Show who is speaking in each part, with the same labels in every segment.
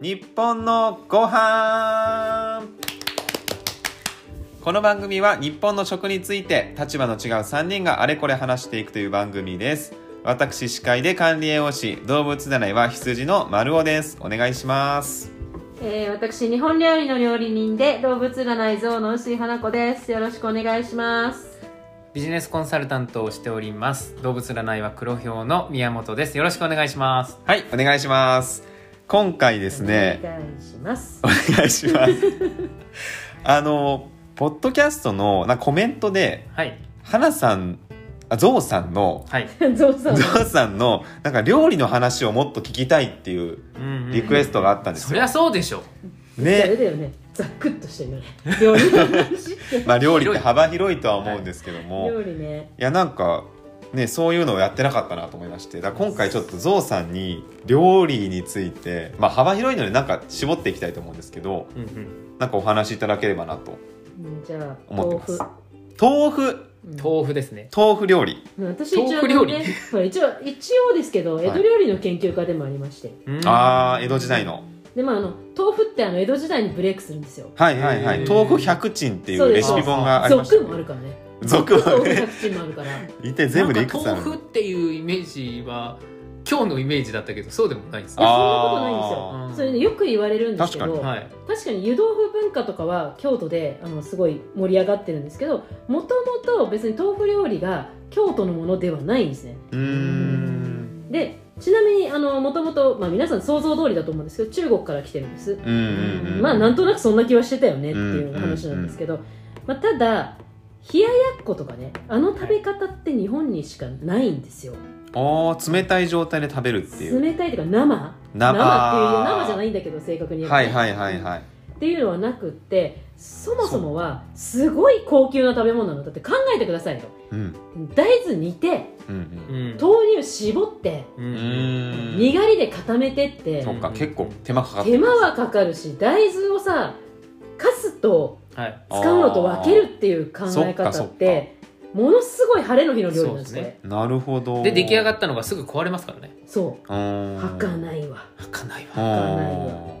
Speaker 1: 日本のご飯この番組は日本の食について立場の違う3人があれこれ話していくという番組です私司会で管理栄養士動物占いは羊の丸尾ですお願いします
Speaker 2: えー、私日本料理の料理人で動物占い象の薄井花子ですよろしくお願いします
Speaker 3: ビジネスコンサルタントをしております動物占いは黒ひょうの宮本ですよろしくお願いします
Speaker 1: はいお願いします今回ですね
Speaker 2: お願いします
Speaker 1: お願いしますあのポッドキャストのなんかコメントで
Speaker 3: はい
Speaker 1: 花さんあゾウさんの
Speaker 3: はい、
Speaker 2: ゾウさん
Speaker 1: ゾウさんのなんか料理の話をもっと聞きたいっていう
Speaker 3: うんうん
Speaker 1: リクエストがあったんです
Speaker 3: そ
Speaker 1: よ
Speaker 3: り、ゃそうでしょ
Speaker 2: あれ
Speaker 1: ね
Speaker 2: だよねざっくっとしてるね料理の話
Speaker 1: まあ料理って幅広いとは思うんですけども、
Speaker 2: 料
Speaker 1: い、
Speaker 2: 理ね
Speaker 1: やなんかねそういうのをやってなかったなと思いましてだから今回ちょっとゾウさんに料理についてまあ幅広いのでなんか絞っていきたいと思うんですけど
Speaker 3: うんうん
Speaker 1: なんかお話しいただければなと
Speaker 2: うんじゃあ
Speaker 1: 思って
Speaker 2: 豆
Speaker 1: ます
Speaker 2: 腐
Speaker 1: 豆腐
Speaker 2: うん
Speaker 3: 豆腐ですね
Speaker 1: 豆腐料理
Speaker 2: 私一応、ね、
Speaker 3: 豆腐料理
Speaker 2: まあ一応一応ですけど江戸料理の研究家でもありまして、
Speaker 3: うん
Speaker 1: ああ江戸時代の
Speaker 2: でまああの豆腐ってあの江戸時代にブレイクするんですよ
Speaker 1: はいはいは
Speaker 3: へ
Speaker 1: い
Speaker 3: ー
Speaker 1: 豆腐百珍ってい
Speaker 2: そうう
Speaker 1: レ
Speaker 2: です
Speaker 1: シピ本がありました
Speaker 2: 俗もある
Speaker 1: ね
Speaker 2: からね
Speaker 1: 俗は
Speaker 2: 豆腐
Speaker 1: ね
Speaker 2: 百珍もあるから
Speaker 1: 一体全部でいくつあ
Speaker 3: な
Speaker 1: る
Speaker 3: んか豆
Speaker 1: の
Speaker 3: 腐っていうイメージは今日のイメージだったけどそうでもないです
Speaker 2: いや
Speaker 3: ね
Speaker 2: そんなことないんですよ
Speaker 1: あ
Speaker 2: それねよく言われるんですけど
Speaker 1: 確か
Speaker 3: はい
Speaker 2: 確かに湯豆腐文化とかは京都であのすごい盛り上がってるんですけどもともと別に豆腐料理が京都のものではないんですね
Speaker 1: ーうーん
Speaker 2: でちなみにもともと皆さん想像通りだと思うんですけど中国から来てるんです、
Speaker 1: うんうんうん
Speaker 2: まあなんとなくそんな気はしてたよねっていう話なんですけど、まあ、ただ冷ややっことかねあの食べ方って日本にしかないんですよ
Speaker 1: あー冷たい状態で食べるっていう
Speaker 2: 冷たいというか生
Speaker 1: 生
Speaker 2: っていう生じゃないんだけど正確に言えば
Speaker 1: はいはいはいはい
Speaker 2: っていうのはなくってそもそもはすごい高級な食べ物なのだって考えてくださいと
Speaker 1: うん
Speaker 2: 大豆煮て
Speaker 1: うん
Speaker 3: うん
Speaker 2: 豆乳絞って
Speaker 3: う
Speaker 1: うんうんん
Speaker 2: にがりで固めてって
Speaker 1: そっか結構手間かかって
Speaker 2: 手間はかかるし大豆をさかすと
Speaker 3: はい
Speaker 2: 使うのと分けるっていう考
Speaker 1: そっ
Speaker 2: え
Speaker 1: かそ
Speaker 2: 方
Speaker 1: っ
Speaker 2: っ
Speaker 1: か
Speaker 2: てものすごい晴れの日の料理なんです
Speaker 3: そうです
Speaker 2: ね
Speaker 3: ね
Speaker 1: なるほど
Speaker 3: で出来上が
Speaker 1: っ
Speaker 3: ったのがすぐ壊れますからね
Speaker 2: そ
Speaker 1: たは
Speaker 2: うはかないわ
Speaker 3: 開かないわ
Speaker 2: かないよ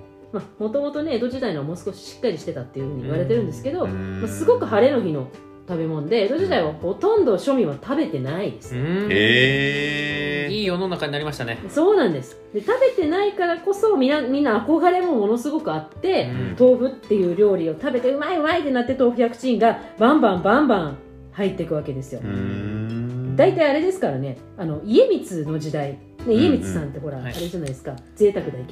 Speaker 2: もともとね江戸時代のはもう少ししっかりしてたっていうふうに言われてるんですけど、まあ、すごく晴れの日の食べ物で江戸時代はほとんど庶民は食べてないです
Speaker 3: う、ん
Speaker 1: え
Speaker 3: いい世の中になりましたね
Speaker 2: そうなんですで食べてないからこそみんなみんな憧れもものすごくあって、
Speaker 3: うん
Speaker 2: 豆腐っていう料理を食べてうまいうまいってなって豆腐百珍がバンバンバンバン入っていくわけですよ、
Speaker 1: ーうーん
Speaker 2: 大体あれですからねあの家光の時代、ね、家光さんってほら、
Speaker 3: うんうんはい
Speaker 2: あれじゃないですか、贅沢大嫌い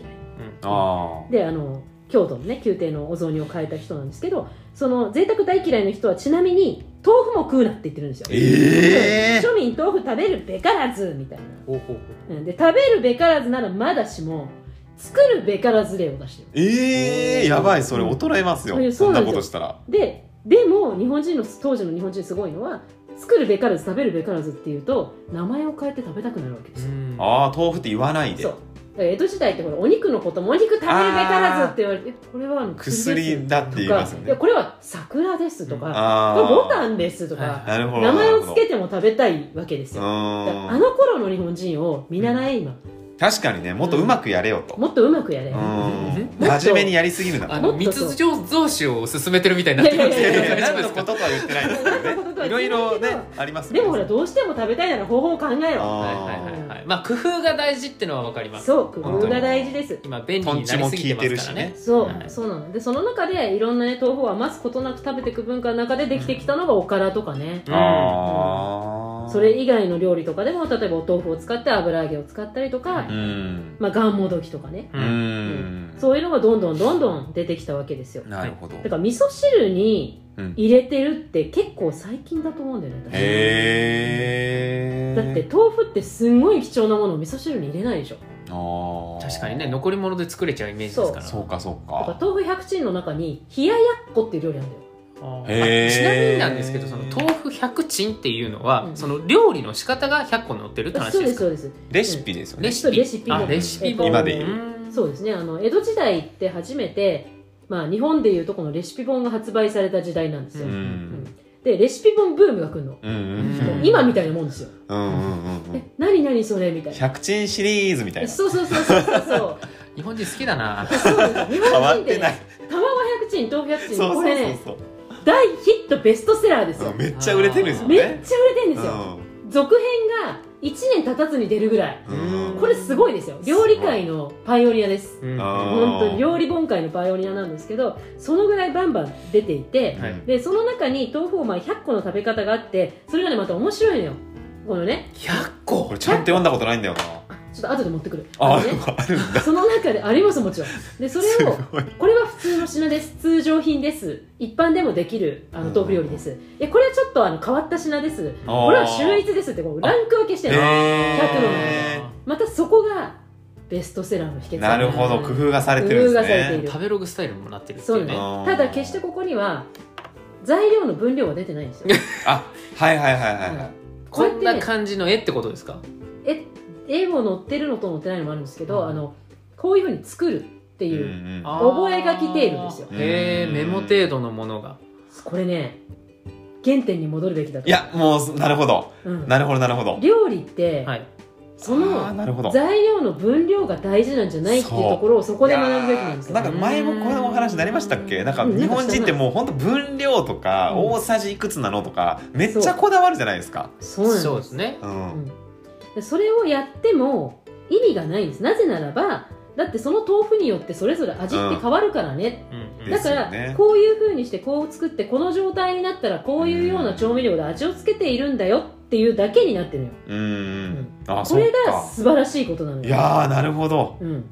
Speaker 1: あ
Speaker 2: であの京都のね宮廷のお雑煮を変えた人なんですけどその贅沢大嫌いの人はちなみに豆腐も食うなって言ってるんですよ
Speaker 1: えー
Speaker 2: 庶民豆腐食べるべからずみたいな
Speaker 3: ほうほうほう
Speaker 2: うんで食べるべからずならまだしも作るべからず例を出してる
Speaker 1: ーえーやばいそれ衰えますよ
Speaker 2: うん
Speaker 1: そ
Speaker 2: そ
Speaker 1: ん
Speaker 2: うな
Speaker 1: なん
Speaker 2: ですよ
Speaker 1: ことしたら
Speaker 2: ででも日本人の当時の日本人すごいのは作るべからず食べるべからずっていうと名前を変えて食べたくなるわけですよ、
Speaker 3: ん
Speaker 1: ああ豆腐って言わないで
Speaker 2: そうだから江戸時代ってほらお肉のこともお肉食べるべからずって言われてえこれはあの
Speaker 1: 薬
Speaker 2: です
Speaker 1: だって言いますよ
Speaker 2: とかいや
Speaker 1: ね
Speaker 2: これは桜ですとか、
Speaker 1: あ
Speaker 2: これボタ
Speaker 1: ン
Speaker 2: ンですとか、
Speaker 1: なるほど
Speaker 2: 名前をつけても食べたいわけです
Speaker 1: う
Speaker 2: よ、だから
Speaker 1: ー
Speaker 2: あ
Speaker 1: ん
Speaker 2: の頃の日本人を見習え今、
Speaker 1: 確かにねもっとうまくやれよと
Speaker 2: もっとうまくやれ、
Speaker 1: う
Speaker 3: うん
Speaker 1: ん真面目にやりすぎるな
Speaker 3: あ
Speaker 1: と
Speaker 3: の
Speaker 2: もっとそう
Speaker 3: 密造増酒を勧めてるみたいになってます
Speaker 2: い
Speaker 1: い
Speaker 2: や
Speaker 1: やいや
Speaker 2: いや
Speaker 1: 何のこととは言ってないですけ どねいろいろねありますけ
Speaker 2: で
Speaker 1: ど
Speaker 2: もほらどうしても食べたいなら方法を考えろ
Speaker 3: は
Speaker 1: あ
Speaker 3: いはい
Speaker 1: ー
Speaker 3: はいはいまあ工夫が大事ってのはわかります
Speaker 2: そう工夫が大事です
Speaker 3: 今便利になりすぎてますからね
Speaker 2: そう、
Speaker 3: はい
Speaker 2: そうなのでその中でいろんなね豆腐を余すことなく食べていく文化の中でできてきたのがおからとかね、
Speaker 3: うん
Speaker 1: あー
Speaker 2: それ以外の料理とかでも例えばお豆腐を使って油揚げを使ったりとか、
Speaker 1: うん
Speaker 2: まあがんもどきとかね、
Speaker 1: う
Speaker 3: うん
Speaker 1: ん
Speaker 2: そういうのがどんどんどんどん出てきたわけですよ
Speaker 1: なるほど
Speaker 2: だから味噌汁に
Speaker 1: うん
Speaker 2: 入れてるって結構最近だと思うんだよね私
Speaker 1: へえ
Speaker 2: だって豆腐ってすんごい貴重なものを味噌汁に入れないでしょ
Speaker 1: あー
Speaker 3: 確かにね残り物で作れちゃうイメージですから
Speaker 1: そうかそう
Speaker 2: だから
Speaker 1: か
Speaker 2: 豆腐百珍の中に冷ややっこっていう料理なんだよ
Speaker 3: あ
Speaker 1: へー
Speaker 3: ーちなみになんですけどその豆腐百珍っていうのは、
Speaker 2: うん
Speaker 3: その料理の仕方が100個載ってるって話
Speaker 2: そう
Speaker 3: で
Speaker 2: ですす
Speaker 3: か
Speaker 2: そうです
Speaker 1: レシピですよね
Speaker 3: レシ
Speaker 2: そう
Speaker 3: ピ
Speaker 2: レシピ
Speaker 3: あレシピ本
Speaker 1: 今で言
Speaker 3: うん
Speaker 2: そうですねあの江戸時代って初めて、まあ、日本でいうとこのレシピ本が発売された時代なんですよ、
Speaker 1: う
Speaker 3: うん
Speaker 2: んでレシピ本ブームが来るの、
Speaker 1: うんうん
Speaker 3: うん
Speaker 2: 今みたいなもんですよ、
Speaker 1: うんうんうんうん
Speaker 2: え何何それみたいな
Speaker 1: 百珍シリーズみたいな
Speaker 2: そうそうそうそうそう
Speaker 3: 日本人好きだな
Speaker 2: そうです日
Speaker 1: 変
Speaker 2: 本
Speaker 1: わ
Speaker 2: 人
Speaker 1: っ
Speaker 2: ってて
Speaker 1: ない
Speaker 2: ね卵100珍豆腐100
Speaker 1: そう
Speaker 2: 珍
Speaker 1: そう
Speaker 2: これね
Speaker 1: そう
Speaker 2: 大ヒットベストセラーです
Speaker 1: そう
Speaker 2: よ
Speaker 1: うんめっちゃ売れてるんですよ
Speaker 2: め
Speaker 1: ね
Speaker 2: っちゃ売れてるんですよ、
Speaker 1: うん
Speaker 2: 続編が1年経たずに出るぐらい
Speaker 1: うん
Speaker 2: これすごいですよ料理界のパイオニアです
Speaker 3: うん
Speaker 1: あー
Speaker 2: 本当に料理本界のパイオニアなんですけどそのぐらいバンバン出ていて、
Speaker 3: はい
Speaker 2: でその中に豆腐をまあ100個の食べ方があってそれがねまた面白いのよこのね
Speaker 3: 100
Speaker 1: こ
Speaker 3: 個
Speaker 1: れちゃんと読んだことないんだよな
Speaker 2: あちょっと後で持ってくる
Speaker 1: あ
Speaker 2: のね
Speaker 1: あるんだ
Speaker 2: その中でありますもちろんでそ
Speaker 1: す
Speaker 2: れを
Speaker 1: ごい
Speaker 2: これは普通の品です通常品です一般でもできるあの豆腐料理ですでこれはちょっとあの変わった品ですこれは秀逸ですってこうランク分けしてるの
Speaker 1: へー
Speaker 2: またそこがベストセラーの秘訣
Speaker 1: なるほど工夫がされてるんですね
Speaker 2: 工夫がされている
Speaker 3: 食べログスタイルもなってるって
Speaker 2: そ
Speaker 3: いうう
Speaker 2: ね
Speaker 3: ね
Speaker 1: あー
Speaker 2: ただ決してここには材料の分量は出てないんです よ
Speaker 1: あはいはいはいはいは
Speaker 2: はいい
Speaker 3: こんな感じの絵ってことですか
Speaker 2: え絵も載ってるのと載ってないのもあるんですけど、
Speaker 3: うん
Speaker 2: あのこういうふうに作るって
Speaker 1: うん
Speaker 2: いうう、
Speaker 1: ん
Speaker 3: あー
Speaker 2: 覚書き程度ですよ
Speaker 3: へえメモ程度のものが
Speaker 2: これね原点に戻るべきだと
Speaker 1: いやもうなるほど
Speaker 2: うん
Speaker 1: なるほどなるほど
Speaker 2: 料理って、
Speaker 3: はい
Speaker 2: そ
Speaker 1: あー
Speaker 2: の
Speaker 1: なるほど
Speaker 2: 材料の分量が大事なんじゃないっていうところをそこで学ぶべきなんですよ、
Speaker 1: いやーなんか前もこのお話になりましたっけなんか日本人ってもう本当分量とか
Speaker 2: うん
Speaker 1: 大さじいくつなのとかめっちゃこだわるじゃないですか
Speaker 2: そうなんです
Speaker 3: そうですね
Speaker 1: うん
Speaker 2: うん、それをやっても意味がないんですなぜならばだってその豆腐によってそれぞれ味って変わるからね、
Speaker 3: うん
Speaker 1: で
Speaker 2: だ
Speaker 1: す
Speaker 2: か
Speaker 1: よね
Speaker 2: ら、こういう風にしてこう作ってこの状態になったらこういうような調味料で味をつけているんだよっていうだけになってるのよ
Speaker 1: うんうんあ
Speaker 2: こ
Speaker 1: そっ
Speaker 2: れが
Speaker 1: か
Speaker 2: 素晴らしいことなのよ
Speaker 1: いやーなるほど
Speaker 2: うん、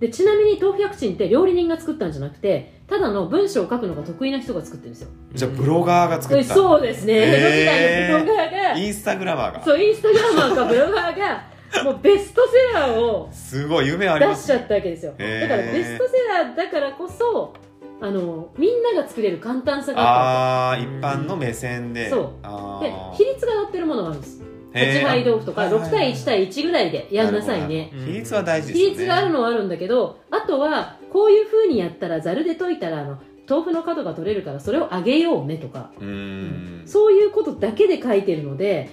Speaker 2: でちなみに豆腐百珍って料理人が作ったんじゃなくてただの文章を書くのが得意な人が作ってるんですよ
Speaker 1: じゃあブロガーが作
Speaker 2: え
Speaker 1: った
Speaker 2: そうですね、
Speaker 1: へー
Speaker 2: 江戸時代のブロガーが
Speaker 1: インスタグラマーが
Speaker 2: そうインスタグラマーかブロガー がもうベストセラーを
Speaker 1: すごい夢あり
Speaker 2: 出
Speaker 1: ま
Speaker 2: し
Speaker 1: す
Speaker 2: ちゃったわけですよ、
Speaker 1: へー
Speaker 2: だからベストセラーだからこそあのみんなが作れる簡単さがあっ
Speaker 1: あー
Speaker 3: うん
Speaker 1: 一般の目線で
Speaker 2: そう
Speaker 1: あ
Speaker 2: たで
Speaker 1: ー
Speaker 2: 比率が載ってるものがあるんです
Speaker 1: へー
Speaker 2: 8枚豆腐とか
Speaker 1: はいはいはい
Speaker 2: 6対1対1ぐらいでやんなさいね
Speaker 1: るほどなるほど比率は大事です
Speaker 2: 比
Speaker 1: よね
Speaker 2: 率があるのはあるんだけどあとはこういう風にやったらざるで溶いたらあの豆腐の角が取れるからそれをあげようねとか
Speaker 1: うん
Speaker 2: そういうことだけで書いてるので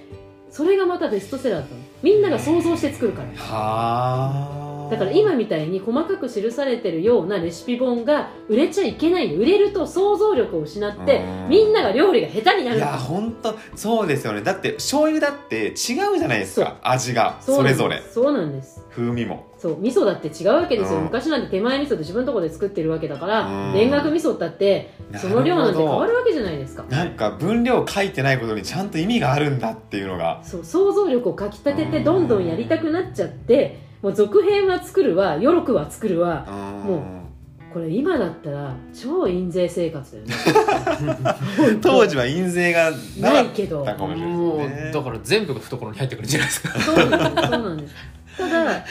Speaker 2: それがまたベストセラーだったのみんなが想像して作るから
Speaker 1: はあ
Speaker 2: だから今みたいに細かく記されてるようなレシピ本が売れちゃいけない売れると想像力を失って
Speaker 1: うん
Speaker 2: みんなが料理が下手にないる
Speaker 1: や本当そうですよねだって醤油だって違うじゃないです
Speaker 2: そう
Speaker 1: か味が
Speaker 2: う
Speaker 1: そ
Speaker 2: なん
Speaker 1: れ
Speaker 2: です
Speaker 1: ぞれ
Speaker 2: そうなんです
Speaker 1: 風味も
Speaker 2: そう味噌だって違うわけですよ、
Speaker 1: うん
Speaker 2: 昔なんて手前味噌で自分のところで作ってるわけだから
Speaker 1: うん
Speaker 2: 田楽味噌だってその量なんて変わるわけじゃないですか
Speaker 1: なるほどなんか分量書いてないことにちゃんと意味があるんだっていうのが
Speaker 2: そう想像力をかきたててどんどんやりたくなっちゃってもう続編は作るわよろくは作るわ
Speaker 1: も
Speaker 2: これ今だったら超印税生活だよね
Speaker 1: う 当時は印税がな
Speaker 2: な
Speaker 1: か
Speaker 2: い
Speaker 1: っ
Speaker 2: けど
Speaker 1: たかもしれ
Speaker 3: も
Speaker 1: な
Speaker 3: う
Speaker 1: いですね
Speaker 3: だから全部が懐に入ってくるんじゃないですか
Speaker 2: そうなんですそうなんですただ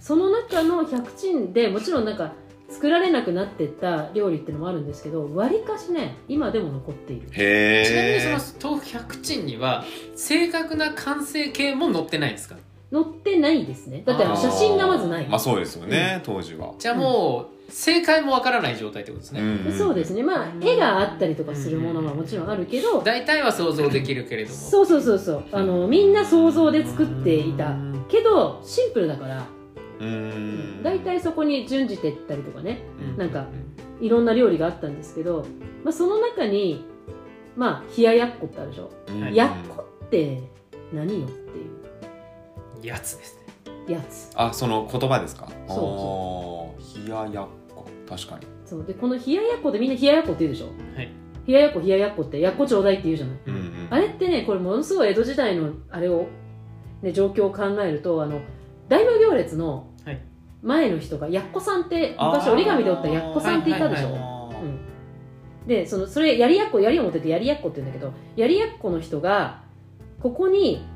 Speaker 2: その中の百珍でもちろんなんか作られなくなってった料理ってのもあるんですけどわりかしね今でも残っている
Speaker 1: へ
Speaker 3: ちなみ
Speaker 1: え
Speaker 3: にその豆腐百珍には正確な完成形も載ってないんですか
Speaker 2: 載ってないですねだってあの写真がまずない
Speaker 1: まあそうですよね、当時は
Speaker 3: じゃあもう正解もわからない状態ってことですね、
Speaker 1: ん
Speaker 2: そうですねまあ絵があったりとかするものはもちろんあるけど
Speaker 3: 大体は想像できるけれども
Speaker 2: そうそうそうそうあのみんな想像で作っていたけどシンプルだから
Speaker 1: うん
Speaker 2: 大体そこに準じてったりとかね
Speaker 1: うん
Speaker 2: なんかいろんな料理があったんですけど、まあ、その中にまあ冷ややっこってあるでしょ、
Speaker 1: うん
Speaker 2: やっこって何よってい
Speaker 3: やつですね
Speaker 2: うやつ
Speaker 1: あその言葉ですか
Speaker 2: そう
Speaker 1: そう冷ややっこ確かに
Speaker 2: そうでこの冷ややっこってみんな冷ややっこって言うでしょ、
Speaker 3: はい
Speaker 2: 冷ややっこ冷ややっこってやっこちょうだいって言うじゃない
Speaker 1: うん
Speaker 2: あれってねこれものすごい江戸時代のあれを、ね、状況を考えるとあの大名行列の
Speaker 3: はい
Speaker 2: 前の人がやっこさんって
Speaker 1: あー
Speaker 2: 昔折り紙で折ったやっこさんっていたでしょ、
Speaker 3: はいはいは
Speaker 2: うん、でそのそれやりやっこやりを持っててやりやっこって言うんだけどやりやっこの人がここに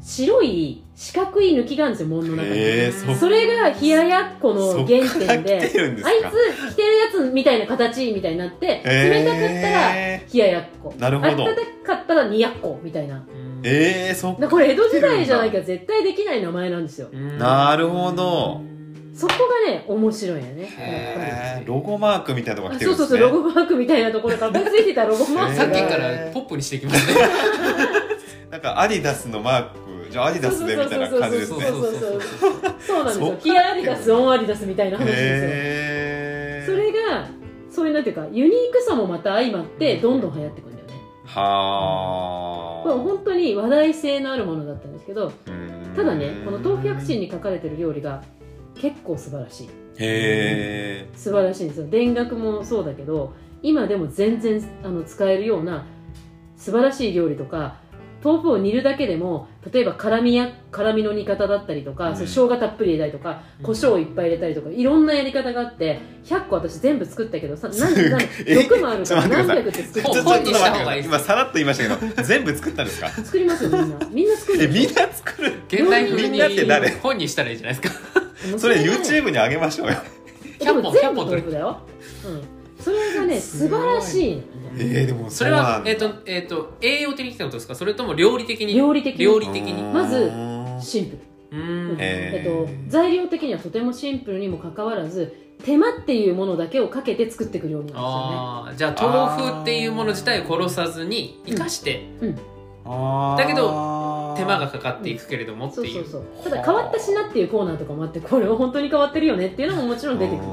Speaker 2: 白い四角い抜きがあるんですよ門の中に、
Speaker 1: へえそ
Speaker 2: それが冷ややっこの
Speaker 1: そ
Speaker 2: 原
Speaker 1: っから
Speaker 2: 点
Speaker 1: 来
Speaker 2: で
Speaker 1: てるんですか
Speaker 2: あいつ着てるやつみたいな形みたいになって冷たかったら
Speaker 1: え
Speaker 2: 冷ややっこ
Speaker 1: なるほど
Speaker 2: 暖かかったらにやっこみたいな
Speaker 1: ー、えー、そっ
Speaker 2: だからこれ江戸時代じゃないから絶対できない名前なんですよ
Speaker 1: なるほど
Speaker 2: そこがね面白いよねやっ
Speaker 1: へーロゴマークみたいなと
Speaker 2: ぱ
Speaker 1: こ
Speaker 2: り
Speaker 1: 来てる
Speaker 2: そ
Speaker 1: ん
Speaker 2: う
Speaker 1: です
Speaker 2: そ
Speaker 1: ね
Speaker 2: うそうロゴマークみたいなところから僕つい てたロゴマーク
Speaker 1: えー
Speaker 2: が
Speaker 3: さっきからポップにしてきますね
Speaker 1: なんかアディダスのマークじゃあアディダスでみたいな感じですね
Speaker 2: そうそうそうそう
Speaker 3: そう
Speaker 2: そうなんです
Speaker 1: そ
Speaker 2: よ
Speaker 1: っ。か
Speaker 2: キアアディダス、オンアディダスみたいな話です
Speaker 1: へ
Speaker 2: よ。
Speaker 1: ー
Speaker 2: それが、そういうなんていうか、ユニークさもまた相まって、どんどん流行ってくるんだよね。
Speaker 1: は
Speaker 2: これ本当に話題性のあるものだったんですけど、
Speaker 1: あ
Speaker 2: ただね、この豆腐百珍
Speaker 1: に
Speaker 2: に書かれてる料理が結構素晴らしい。
Speaker 1: へえ
Speaker 2: 素晴らしいんですよ。田楽もそうだけど、今でも全然あの使えるような素晴らしい料理とか、豆腐を煮るだけでも、例えば辛みや、辛みの煮方だったりとか、
Speaker 1: うん
Speaker 2: それ生姜たっぷり入れたりとか、
Speaker 3: うん
Speaker 2: 胡椒をいっぱい入れたりとか、いろんなやり方があって、100個私全部作ったけど、さ、なんで、なん
Speaker 1: え
Speaker 2: で、毒もあるから
Speaker 1: ちょっと待ってくだ
Speaker 2: 何
Speaker 1: さい
Speaker 2: 百って作
Speaker 1: ちょちょ
Speaker 2: って
Speaker 1: ちょっ
Speaker 3: 本
Speaker 1: と
Speaker 3: に
Speaker 1: 待っ
Speaker 3: し
Speaker 1: たてくだ
Speaker 3: 方が
Speaker 1: さい
Speaker 3: いいです
Speaker 1: 今さらっと言いましたけど全部作ったんですか
Speaker 2: 作りますよ、みんな。みんな作る
Speaker 1: え
Speaker 2: でしょ
Speaker 1: みんな作る
Speaker 3: 現代風
Speaker 1: みんなって誰
Speaker 3: に本にしたらいいじゃないですか
Speaker 1: それ
Speaker 2: もう
Speaker 1: YouTube にあげましょうよ
Speaker 2: えでも
Speaker 3: 100本
Speaker 2: 全
Speaker 3: 100
Speaker 2: 部
Speaker 3: 本
Speaker 2: 豆
Speaker 3: 取
Speaker 2: 腐
Speaker 3: れ
Speaker 2: だよ。うん。それがね、素晴らしいのね。
Speaker 1: えー、でも
Speaker 3: そうれ
Speaker 1: な
Speaker 3: は
Speaker 1: んだ
Speaker 3: えっ、とえっ、と栄養的にってことですかそれとも料理的に
Speaker 2: 料理的に
Speaker 3: 料理的に
Speaker 1: うん
Speaker 2: まず
Speaker 1: うん
Speaker 2: シンプル。
Speaker 3: うーん
Speaker 1: え
Speaker 2: え
Speaker 1: ー
Speaker 2: っと、材料的にはとてもシンプルにもかかわらず手間っていうものだけをかけて作っていく料理なん
Speaker 3: あーじゃあ豆腐っていうもの自体を殺さずに生かしてだけ
Speaker 1: ど
Speaker 3: 手間がかかっていくけれどもっ
Speaker 2: ですよ
Speaker 3: て
Speaker 2: ね
Speaker 3: い
Speaker 2: そううそうそうただ変わった品っていうコーナーとかもあってこれは本当に変わってるよねっていうのももちろん出てくる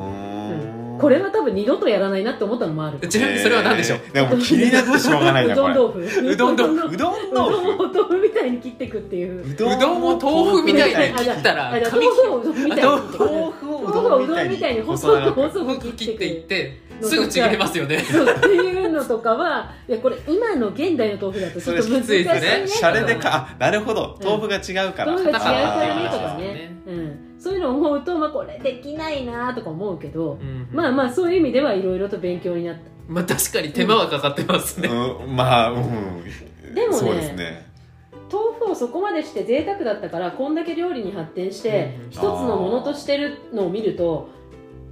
Speaker 2: これは多分二度とやらないなって思ったのもある
Speaker 3: ちなみにそれは何でしょう、
Speaker 1: えーでも気になってしょうがないな
Speaker 2: う
Speaker 1: こ
Speaker 2: ど
Speaker 1: れ
Speaker 2: ん豆腐
Speaker 3: うどん
Speaker 1: う
Speaker 3: 豆
Speaker 2: う
Speaker 1: どん
Speaker 2: どん
Speaker 1: 豆
Speaker 2: を豆腐みたいに切っていくっていう
Speaker 1: 腐
Speaker 3: うどんを豆腐みたいに
Speaker 2: あじ
Speaker 3: 切
Speaker 2: ゃあ
Speaker 3: ったら
Speaker 2: あじゃあ
Speaker 3: 髪
Speaker 2: 豆
Speaker 3: 切
Speaker 2: 腐をうどんみたいに切っていく
Speaker 1: 豆腐を
Speaker 2: 豆腐をうどんみたいに細く
Speaker 1: 細長く
Speaker 2: 細く切
Speaker 3: 切
Speaker 2: っ
Speaker 3: ってて
Speaker 2: いく
Speaker 3: いってすぐちぎれますよね
Speaker 2: そうっていうのとかはいやこれ今の現代の豆腐だとちょっと難しい
Speaker 3: それきついです
Speaker 2: ね
Speaker 3: ね
Speaker 1: シャレでかあなるほど豆腐が違うから、
Speaker 2: 豆腐が違うからね
Speaker 3: あー
Speaker 2: とかね、うん、そういうのを思うと、まあ、これできないなとか思うけど、まあま
Speaker 3: あ
Speaker 2: あそういう意味ではいろいろと勉強になっ
Speaker 3: まあ確かに手間はかかってますね、
Speaker 1: うん、まあうん
Speaker 2: でもね
Speaker 1: そうですね
Speaker 2: た豆腐をそこまでして贅沢だったからこんだけ料理に発展して
Speaker 3: うん
Speaker 2: 一つのものとしてるのを見ると、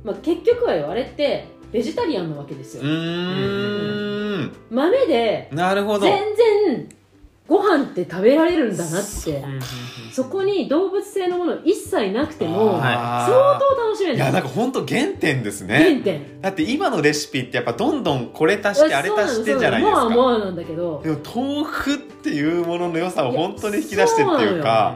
Speaker 2: まあ、結局はよあれってベジタリアンなわけです
Speaker 1: う
Speaker 2: よ
Speaker 1: ーん
Speaker 2: 豆で
Speaker 1: なるほど
Speaker 2: 全然ご飯って食べられるんだなって
Speaker 3: うん
Speaker 2: そこに動物性のもの一切なくても
Speaker 3: はい
Speaker 2: 相
Speaker 1: あー
Speaker 2: 当楽しめるん
Speaker 1: い
Speaker 2: で
Speaker 1: や
Speaker 2: す
Speaker 1: な
Speaker 2: よ
Speaker 1: んか本当原点です
Speaker 2: 原
Speaker 1: ね
Speaker 2: 点
Speaker 1: だって今のレシピってやっぱどんどんこれ足してあれ足してじゃないです
Speaker 2: そうなのそうなのも
Speaker 1: か
Speaker 2: うはもうなんだけど
Speaker 1: でも豆腐っていうものの良さを本当に引き出してっていうか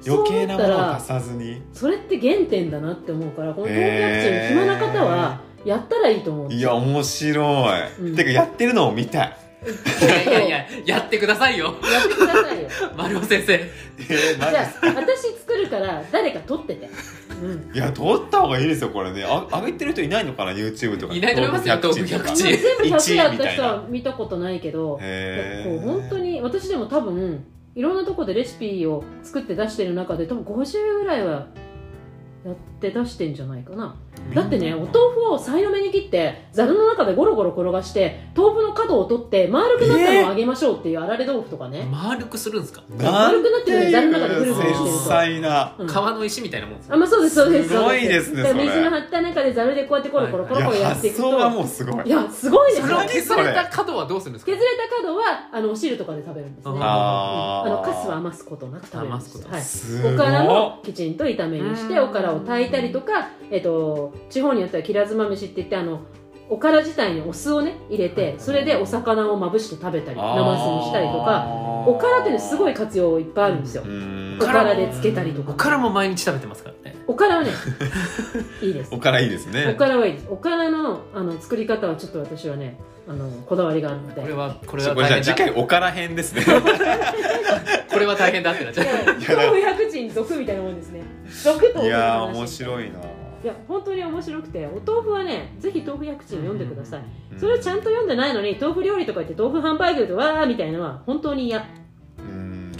Speaker 2: そう
Speaker 1: 余
Speaker 2: なのよ
Speaker 1: 計なものを足さずに
Speaker 2: それって原点だなって思うからこの豆腐薬
Speaker 1: へー
Speaker 2: チン暇な方はやったらいいと思う
Speaker 1: いや面白い、
Speaker 2: うん
Speaker 1: てかやってるのを見たい
Speaker 3: いやいやいややってくださいよ
Speaker 2: やってくださ いよ
Speaker 3: 丸尾先生
Speaker 1: えー、マ
Speaker 2: じ
Speaker 1: ジ
Speaker 2: ゃあ私作るから誰か撮ってて、うん、
Speaker 1: いや撮った方がいいですよこれねあ上げてる人いないのかな YouTube とか
Speaker 3: いないと思いますよ
Speaker 1: 100人とか
Speaker 3: 100人
Speaker 2: 全部100やっ
Speaker 1: 一位み
Speaker 2: た
Speaker 1: たい
Speaker 2: 人
Speaker 1: な
Speaker 2: は見たことないけど
Speaker 1: へ
Speaker 2: こう
Speaker 1: ー
Speaker 2: 本当に私でも多分いろんなとこでレシピを作って出してる中で多分50ぐらいはやって出してんじゃないかなだってねお豆腐をさいの目に切ってざるの中でゴロゴロ転がして豆腐の角を取って丸くなったのをあげましょうっていうあられ豆腐とかね、
Speaker 3: 丸くするんですか
Speaker 1: なんて
Speaker 2: 丸くなってるザルの中でぐる
Speaker 3: ぐるしてると
Speaker 1: 繊細な
Speaker 2: うん
Speaker 3: 皮の石みたいなもんです
Speaker 2: あまあそうですそうです
Speaker 1: すごいですね
Speaker 2: そう
Speaker 1: それ
Speaker 2: だから水の張った中でざるでこうやってコロコロコ
Speaker 1: い
Speaker 2: ロコロ
Speaker 1: や
Speaker 2: やってい
Speaker 1: 発
Speaker 2: くと
Speaker 1: 想はもうすごい
Speaker 2: いやすごいですよ
Speaker 3: それを
Speaker 1: 何
Speaker 3: 削れた角はどうするんですか
Speaker 2: 削れた角はあのお汁とかで食べるんですね
Speaker 3: あ
Speaker 2: あ
Speaker 3: ー
Speaker 2: のカスは
Speaker 1: は
Speaker 2: 余すことなく食べるんです
Speaker 3: 余すこと
Speaker 2: はい
Speaker 1: すごい
Speaker 2: おからもきちんと炒めにして
Speaker 3: うん
Speaker 2: おからを炊いたりとか、えっと、地方によってはきらずま飯って言ってあのおから自体にお酢をね入れてそれでお魚をまぶして食べたり
Speaker 1: あー
Speaker 2: なますにしたりとかおからってねすごい活用いっぱいあるんですよ、
Speaker 1: うん
Speaker 2: おからでつけたりと
Speaker 3: お
Speaker 2: か
Speaker 3: からも毎日食べてますからね
Speaker 2: おから はねいいです
Speaker 1: おからいいですね
Speaker 2: おからはいいですおからのあの作り方はちょっと私はねあのこだわりがあるので
Speaker 3: これはこれ
Speaker 1: ちょ
Speaker 3: は
Speaker 1: これじゃあ
Speaker 3: 大
Speaker 1: 次
Speaker 3: 変だ
Speaker 1: 回おから編ですね
Speaker 3: これは大変だってなっちゃう
Speaker 1: やだ
Speaker 2: 豆腐百人俗みたいなもんですね俗と
Speaker 1: い
Speaker 2: 豆腐の
Speaker 1: やー
Speaker 2: 話
Speaker 1: 面白いない
Speaker 2: や本当に面白くてお豆腐はねぜひ豆腐百珍読んでください、
Speaker 1: うん
Speaker 2: それをちゃんと読んでないのに豆腐料理とか言って豆腐ハンバーグとわーみたいなのは本当に嫌
Speaker 1: うん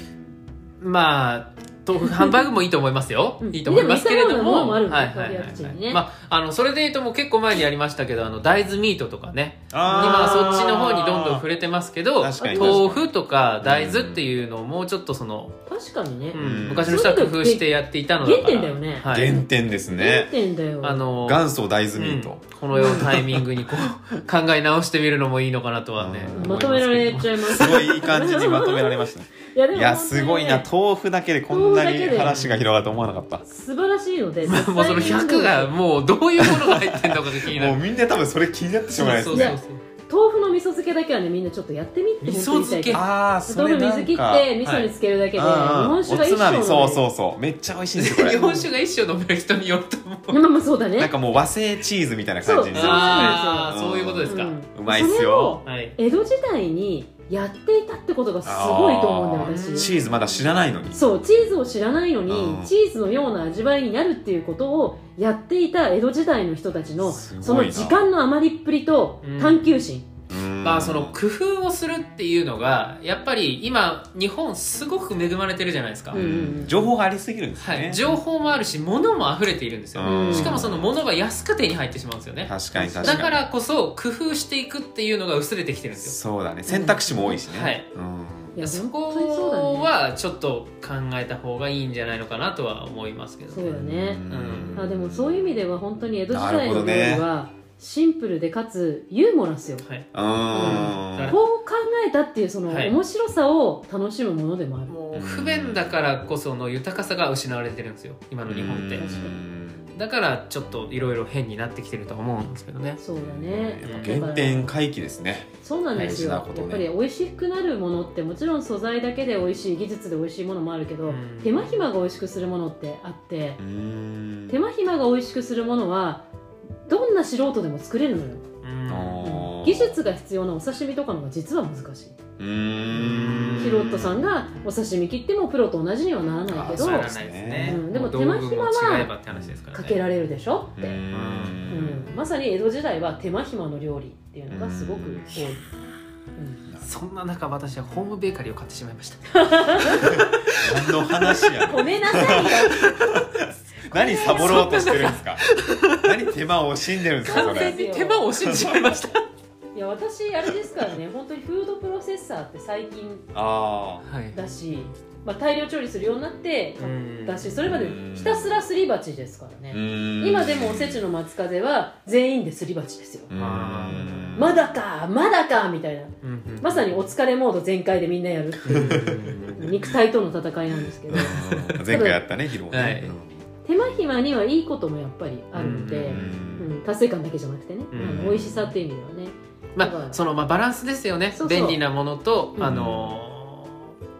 Speaker 3: まあ豆腐ハンバーグもいいと思いますよ、
Speaker 2: うん
Speaker 3: いいと思いますけれど
Speaker 2: でも似たようなものも
Speaker 3: も
Speaker 2: あるんで
Speaker 3: は
Speaker 2: す
Speaker 3: い
Speaker 2: よ
Speaker 3: はいはい
Speaker 2: カリアッチ
Speaker 3: は
Speaker 2: に
Speaker 3: い
Speaker 2: ね
Speaker 3: まああのそれでいうともう結構前にやりましたけどあの大豆ミートとかね今
Speaker 1: あー
Speaker 3: そっちの方にどんどん触れてますけど
Speaker 1: 確かに
Speaker 3: 豆腐とか大豆っていうのをもうちょっとその、
Speaker 2: 確かにね、
Speaker 3: うん
Speaker 1: うん
Speaker 3: 昔の人は工夫してやっていたのだから
Speaker 2: 原点だよね
Speaker 3: は
Speaker 1: 原
Speaker 3: い、
Speaker 1: 点です
Speaker 2: 原
Speaker 1: ね
Speaker 2: 点だよ
Speaker 3: あの
Speaker 1: 元祖大豆ミー
Speaker 3: うん
Speaker 1: ト
Speaker 3: このようなタイミングにこう 考え直してみるのもいいのかなとはね
Speaker 1: うん
Speaker 3: 思い
Speaker 2: まと
Speaker 3: ますけど
Speaker 2: められちゃいます
Speaker 1: すごいいい感じにまとめられましたね
Speaker 2: いやでも
Speaker 1: いや
Speaker 2: 本当にね
Speaker 1: すごいな豆腐だけでこんな
Speaker 2: 豆腐だ
Speaker 1: に
Speaker 2: けで
Speaker 1: 話が広がると思わなかった
Speaker 2: 素晴らしいので
Speaker 3: まあもうその100がもうどういうものが入ってんのかが気にな
Speaker 1: もう
Speaker 3: る
Speaker 1: みんな多分それ気になってしょうがないです
Speaker 3: そ
Speaker 1: ね
Speaker 3: うそうそう
Speaker 2: 豆腐の魅味噌漬けだけはねみんなちょっとやってみって
Speaker 3: 味噌
Speaker 2: 本当に言いたい
Speaker 3: 漬
Speaker 1: ああ
Speaker 2: 豆腐水切って味噌につけるだけで、日本酒が一
Speaker 1: おつまみ
Speaker 2: 生
Speaker 1: そう
Speaker 2: の
Speaker 1: そうそうめっちゃ美味しいんですよこれ
Speaker 3: 日本酒が一生飲める人によると思う
Speaker 2: ねまあまあそうだね
Speaker 1: なんかもう和製チーズみたいな感じに
Speaker 2: そう
Speaker 1: な
Speaker 3: あーそういうことですか、
Speaker 2: ん
Speaker 1: うまいっすよ
Speaker 3: はい
Speaker 2: それを江戸時代にやっていたってことがすごいと思うんだよ
Speaker 1: るんです
Speaker 3: あ
Speaker 1: よ
Speaker 2: 私
Speaker 1: チーズまだ知らないのに
Speaker 2: そうチーズを知らないのに、
Speaker 1: うん
Speaker 2: チーズのような味わいになるっていうことをやっていた江戸時代の人たちの
Speaker 1: すごいな
Speaker 2: その時間の余りっぷりと
Speaker 3: うん
Speaker 2: 探求心、
Speaker 1: うん
Speaker 3: まあその工夫をするっていうのがやっぱり今日本すごく恵まれてるじゃないですか、
Speaker 2: うん
Speaker 1: 情報がありすぎるんです
Speaker 3: は
Speaker 1: ね、
Speaker 3: い、情報もあるし物も溢れているんですよ、
Speaker 1: うん
Speaker 3: しかもその物が安く手に入ってしまうんですよね
Speaker 1: 確かに確か
Speaker 3: だ
Speaker 1: に
Speaker 3: からこそ工夫していくっていうのが薄れてきてるんですよ
Speaker 1: そうだね選択肢も多いしね、
Speaker 3: はい
Speaker 1: うん
Speaker 2: いや
Speaker 3: そ
Speaker 2: 本
Speaker 3: こ
Speaker 2: 当にそうだね
Speaker 3: はちょっと考えた方がいいんじゃないのかなとは思いますけど
Speaker 2: そうだね、
Speaker 1: うん
Speaker 2: あでもそういう意味では本当に江戸時
Speaker 1: なる
Speaker 2: 代
Speaker 1: ほ
Speaker 2: の
Speaker 1: ど
Speaker 2: 料
Speaker 1: ね
Speaker 2: 理はシンプルでかつユーモラスよ
Speaker 3: はい、
Speaker 1: うん
Speaker 3: うん
Speaker 2: こう考えたっていうその
Speaker 3: はい
Speaker 2: 面白さを楽しむものでもある、
Speaker 3: もう不便だからこその豊かさが失われてるんですよ今の日本って
Speaker 2: 確かに
Speaker 3: だからちょっといろいろ変になってきてるとは思うんですけどね
Speaker 2: そうだ
Speaker 1: ね
Speaker 2: ね
Speaker 3: うん
Speaker 1: 原点回帰ですね
Speaker 2: そうなんですよ、
Speaker 1: 大事なことね
Speaker 2: やっぱり美味しくなるものってもちろん素材だけで美味しい技術で美味しいものもあるけど、
Speaker 3: うん
Speaker 2: 手間暇が美味しくするものってあって
Speaker 1: う、ん
Speaker 2: 手間暇が美味しくするものはどんな素人でも作れるのよ、
Speaker 3: うん
Speaker 1: おー
Speaker 2: 技術が必要なお刺身とかのが実は難しい、
Speaker 1: うーん
Speaker 2: 素人さんがお刺身切ってもプロと同じにはならないけ
Speaker 1: あ
Speaker 2: ど
Speaker 1: そう
Speaker 3: な
Speaker 1: だ
Speaker 3: ら
Speaker 1: ね
Speaker 3: ないですね、
Speaker 2: うんでも
Speaker 3: 道具
Speaker 2: 手間暇は
Speaker 3: 違えばって話ですからね
Speaker 2: かけられるでしょっ
Speaker 1: う
Speaker 2: て、
Speaker 1: ー
Speaker 2: うん
Speaker 1: ん
Speaker 2: まさに江戸時代は手間暇の料理っていうのがすごく多い、うん
Speaker 3: そんな中私はホームベーカリーを買ってしまい ました
Speaker 1: 何の話や
Speaker 2: ごめんなさいよ
Speaker 1: 何サボろうとしてるんですか何手間を惜しんでるんですかそ
Speaker 3: 完
Speaker 1: れ
Speaker 3: 全に手間を惜しんでしまい ました
Speaker 2: いや私あれですから ね本当にフードプロセッサーって最近
Speaker 1: あ
Speaker 3: はい
Speaker 2: だし、まあ、大量調理するようになって
Speaker 3: うん
Speaker 2: だしそれまで
Speaker 1: うん
Speaker 2: ひたすらすり鉢ですから
Speaker 1: あ
Speaker 2: ね今でもおせちの松風は全員ですり鉢ですよまだかまだかみたいな
Speaker 3: うんうん
Speaker 2: まさにお疲れモード全開でみんなやるっていう
Speaker 3: うん
Speaker 2: 肉体との戦いなんですけど
Speaker 1: 前回やったね昼も
Speaker 3: はい
Speaker 1: ね
Speaker 2: 手間暇にはいいこともやっぱりあるの
Speaker 1: う
Speaker 2: で、うん
Speaker 1: ん
Speaker 2: 達成感だけじゃなくてね、
Speaker 3: うん
Speaker 2: あの美味しさっていう意味ではね
Speaker 3: まあそのまあバランスですよね
Speaker 2: そうそう
Speaker 3: 便利なものと、
Speaker 2: うん
Speaker 3: あのー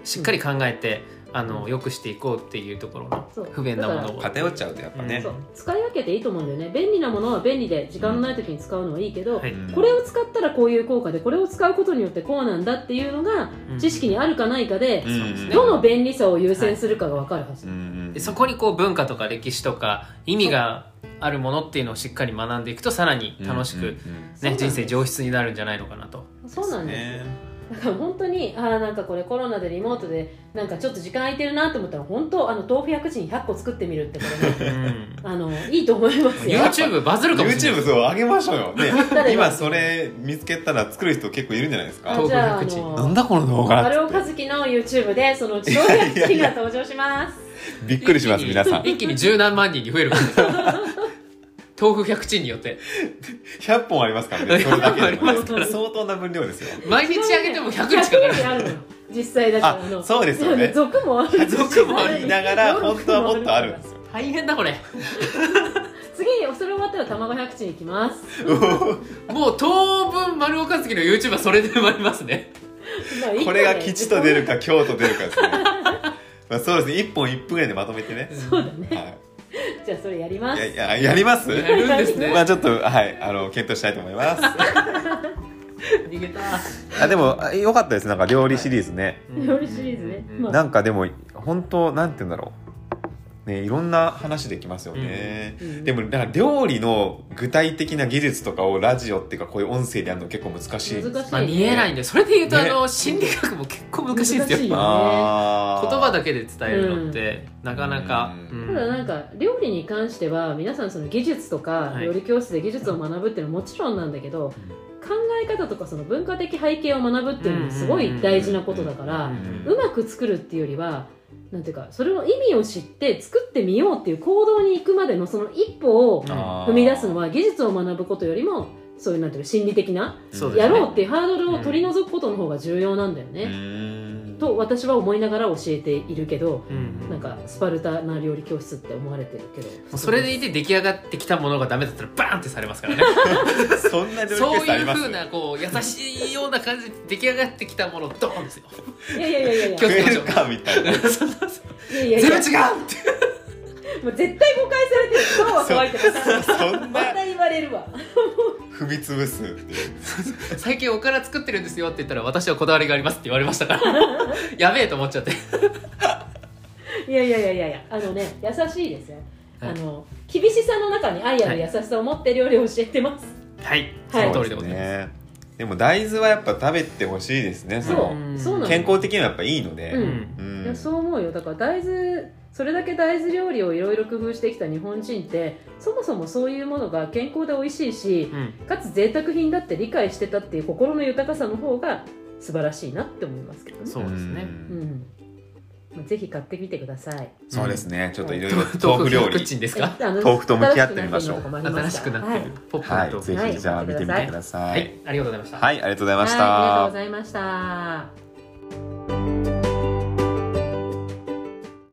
Speaker 3: しっかり考えて、あのよくしていこうっていうところの
Speaker 2: そう
Speaker 3: 不便なものを
Speaker 1: 偏っちゃうとやっぱね
Speaker 2: そう使い分けていいと思うんだよね便利なものは便利で時間のない時に使うのはいいけど、
Speaker 3: はい
Speaker 1: うん
Speaker 2: これを使ったらこういう効果でこれを使うことによってこうなんだっていうのが
Speaker 3: うん
Speaker 2: 知識にあるかないかで
Speaker 1: う、ん
Speaker 2: どの便利さを優先するかが分かるはず、
Speaker 1: うん
Speaker 3: でそこにこう文化とか歴史とか意味があるものっていうのをしっかり学んでいくとさらに楽しく、ね
Speaker 2: そうなんです
Speaker 3: 人生上質になるんじゃないのかなと。
Speaker 2: そうなんですよ
Speaker 1: ね
Speaker 2: だから本当にああなんかこれコロナでリモートでなんかちょっと時間空いてるなと思ったら本当あの豆腐薬人100個作ってみるってこ れね
Speaker 3: うん
Speaker 2: あのいいと思いますよ
Speaker 3: YouTube バズるかもしれない
Speaker 1: YouTube そう上げましょうよね
Speaker 2: 誰が
Speaker 1: 今それ見つけたら作る人結構いるんじゃないです
Speaker 2: あ
Speaker 1: か
Speaker 2: じゃああ
Speaker 3: 豆腐薬人
Speaker 1: なん
Speaker 2: の
Speaker 1: だこの動画
Speaker 2: 丸尾和樹の YouTube でそのうち豆腐薬人が登場します
Speaker 1: びっくりします
Speaker 3: 一気に
Speaker 1: 皆さん
Speaker 3: 一気に十何万人に増えるから 豆腐百珍によって
Speaker 1: 100本ありますからねそれだけで
Speaker 2: 100本あ
Speaker 1: もね
Speaker 2: りますから
Speaker 1: 相当な分量ですよ
Speaker 3: 毎日あげても100日かかる
Speaker 2: 100あるのよ実際だから
Speaker 1: あそうですよね
Speaker 2: 俗もあるし
Speaker 3: 俗もあ
Speaker 1: ありながら本当はもっとあるんですよ
Speaker 3: 大変だこれ
Speaker 2: 次それ終わったら卵百地に行きます
Speaker 3: もう当分丸岡月の YouTube はそれで埋まりますね
Speaker 2: まあ一個 ね
Speaker 1: これが吉と出るか京と出るかですねまあそうですね1本1分ぐらいでまとめてね、
Speaker 2: そうだね
Speaker 1: は
Speaker 2: じゃあそれやりま
Speaker 1: い、
Speaker 2: す
Speaker 1: いやいややります
Speaker 3: やるんですね
Speaker 1: まあちょっとはいあの検討したいと思います
Speaker 3: 逃げた
Speaker 1: あでもあ良かったですなんか料理シリーズね、
Speaker 2: 料理シリーズねまあ
Speaker 1: なんかでも本当なんて言うんだろうねいろんな話できますよね、
Speaker 2: うんうん
Speaker 1: でもなんか料理の具体的な技術とかをラジオっていうかこういう音声でやるの結構難しいです
Speaker 2: 難しい
Speaker 3: まあ見えないんでそれで言うと、
Speaker 1: ね
Speaker 3: あの心理学も結構難しいですよ
Speaker 2: 難しい
Speaker 3: 言
Speaker 2: よ
Speaker 1: あー
Speaker 3: 葉だけで伝えるのって、なかなか、
Speaker 1: う
Speaker 2: ただなんか料理に関しては皆さんその技術とか
Speaker 3: はい
Speaker 2: 料理教室で技術を学ぶっていうのはもちろんなんだけど考え方とかその文化的背景を学ぶっていうのもすごい大事なことだから
Speaker 1: ん
Speaker 2: うまく作るっていうよりはなんていうかそれの意味を知って作ってみようっていう行動に行くまでのその一歩を
Speaker 1: あー
Speaker 2: 踏み出すのは技術を学ぶことよりもそういうなんていうか心理的な
Speaker 3: そうで
Speaker 2: や
Speaker 3: すね
Speaker 2: ろうっていうハードルを取り除くことの方が重要なんだよね。
Speaker 1: ん
Speaker 2: と私は思いながら教えているけど
Speaker 3: うんうん
Speaker 2: なんかスパルタな料理教室って思われてるけど
Speaker 3: もうそれでいて出来上がってきたものがダメだったらバーンってされま すからね
Speaker 1: そんな料理
Speaker 3: そう
Speaker 1: 教室あ
Speaker 3: い
Speaker 1: り
Speaker 3: う
Speaker 1: ます
Speaker 3: ふうなこう優しいような感じで出来上がってきたものドーンです よ
Speaker 2: いやいやいやいやいや
Speaker 3: 教
Speaker 1: 食
Speaker 3: 室
Speaker 1: えるかみたいな
Speaker 3: そうそうそう
Speaker 2: いやいや
Speaker 3: 全
Speaker 2: い
Speaker 3: 部違
Speaker 2: や
Speaker 3: うって
Speaker 2: もう絶対誤解されてる今日は乾いてます
Speaker 1: そん
Speaker 2: ま
Speaker 1: な
Speaker 2: た言われるわ
Speaker 1: 踏み潰すっていう
Speaker 3: 最近おから作ってるんですよって言ったら私はこだわりがありますって言われましたから やべえと思っちゃって
Speaker 2: いやいやいやいやいやあのね優しいですよ、
Speaker 3: はい
Speaker 2: あの厳しさの中に愛ある優しさを持って料理を教えてます、
Speaker 3: はいそ
Speaker 2: はい
Speaker 3: の通りでございます、
Speaker 1: ねでも大豆はやっぱ食べてほしいですね
Speaker 2: そ
Speaker 1: の
Speaker 2: う、
Speaker 3: うん
Speaker 2: そうなの
Speaker 1: 健康的にはやっぱいいの
Speaker 2: う
Speaker 1: で、
Speaker 2: ん
Speaker 1: うん
Speaker 2: いやそう思うよだから大豆それだけ大豆料理をいろいろ工夫してきた日本人ってそもそもそういうものが健康で美味しいし
Speaker 3: うん
Speaker 2: かつ贅沢品だって理解してたっていう心の豊かさの方が素晴らしいなって思いますけどね
Speaker 3: そうですね
Speaker 1: ん
Speaker 2: うんまあぜひ買ってみてください
Speaker 1: そうですねちょっといろいろ
Speaker 3: 豆
Speaker 1: 豆
Speaker 3: 腐
Speaker 1: 腐料
Speaker 3: 料
Speaker 1: 理
Speaker 3: 理キッチンですか
Speaker 2: あの
Speaker 1: 豆腐と向き合ってみましょう
Speaker 3: 新しくなってる、ポップな
Speaker 1: はい
Speaker 3: 豆腐
Speaker 1: ぜひじゃあ見てみてくだ
Speaker 3: は
Speaker 1: さ
Speaker 3: い
Speaker 1: い、
Speaker 3: ありがとうございました
Speaker 1: はい、ありがとうございました、
Speaker 2: はい、ありがとうございました。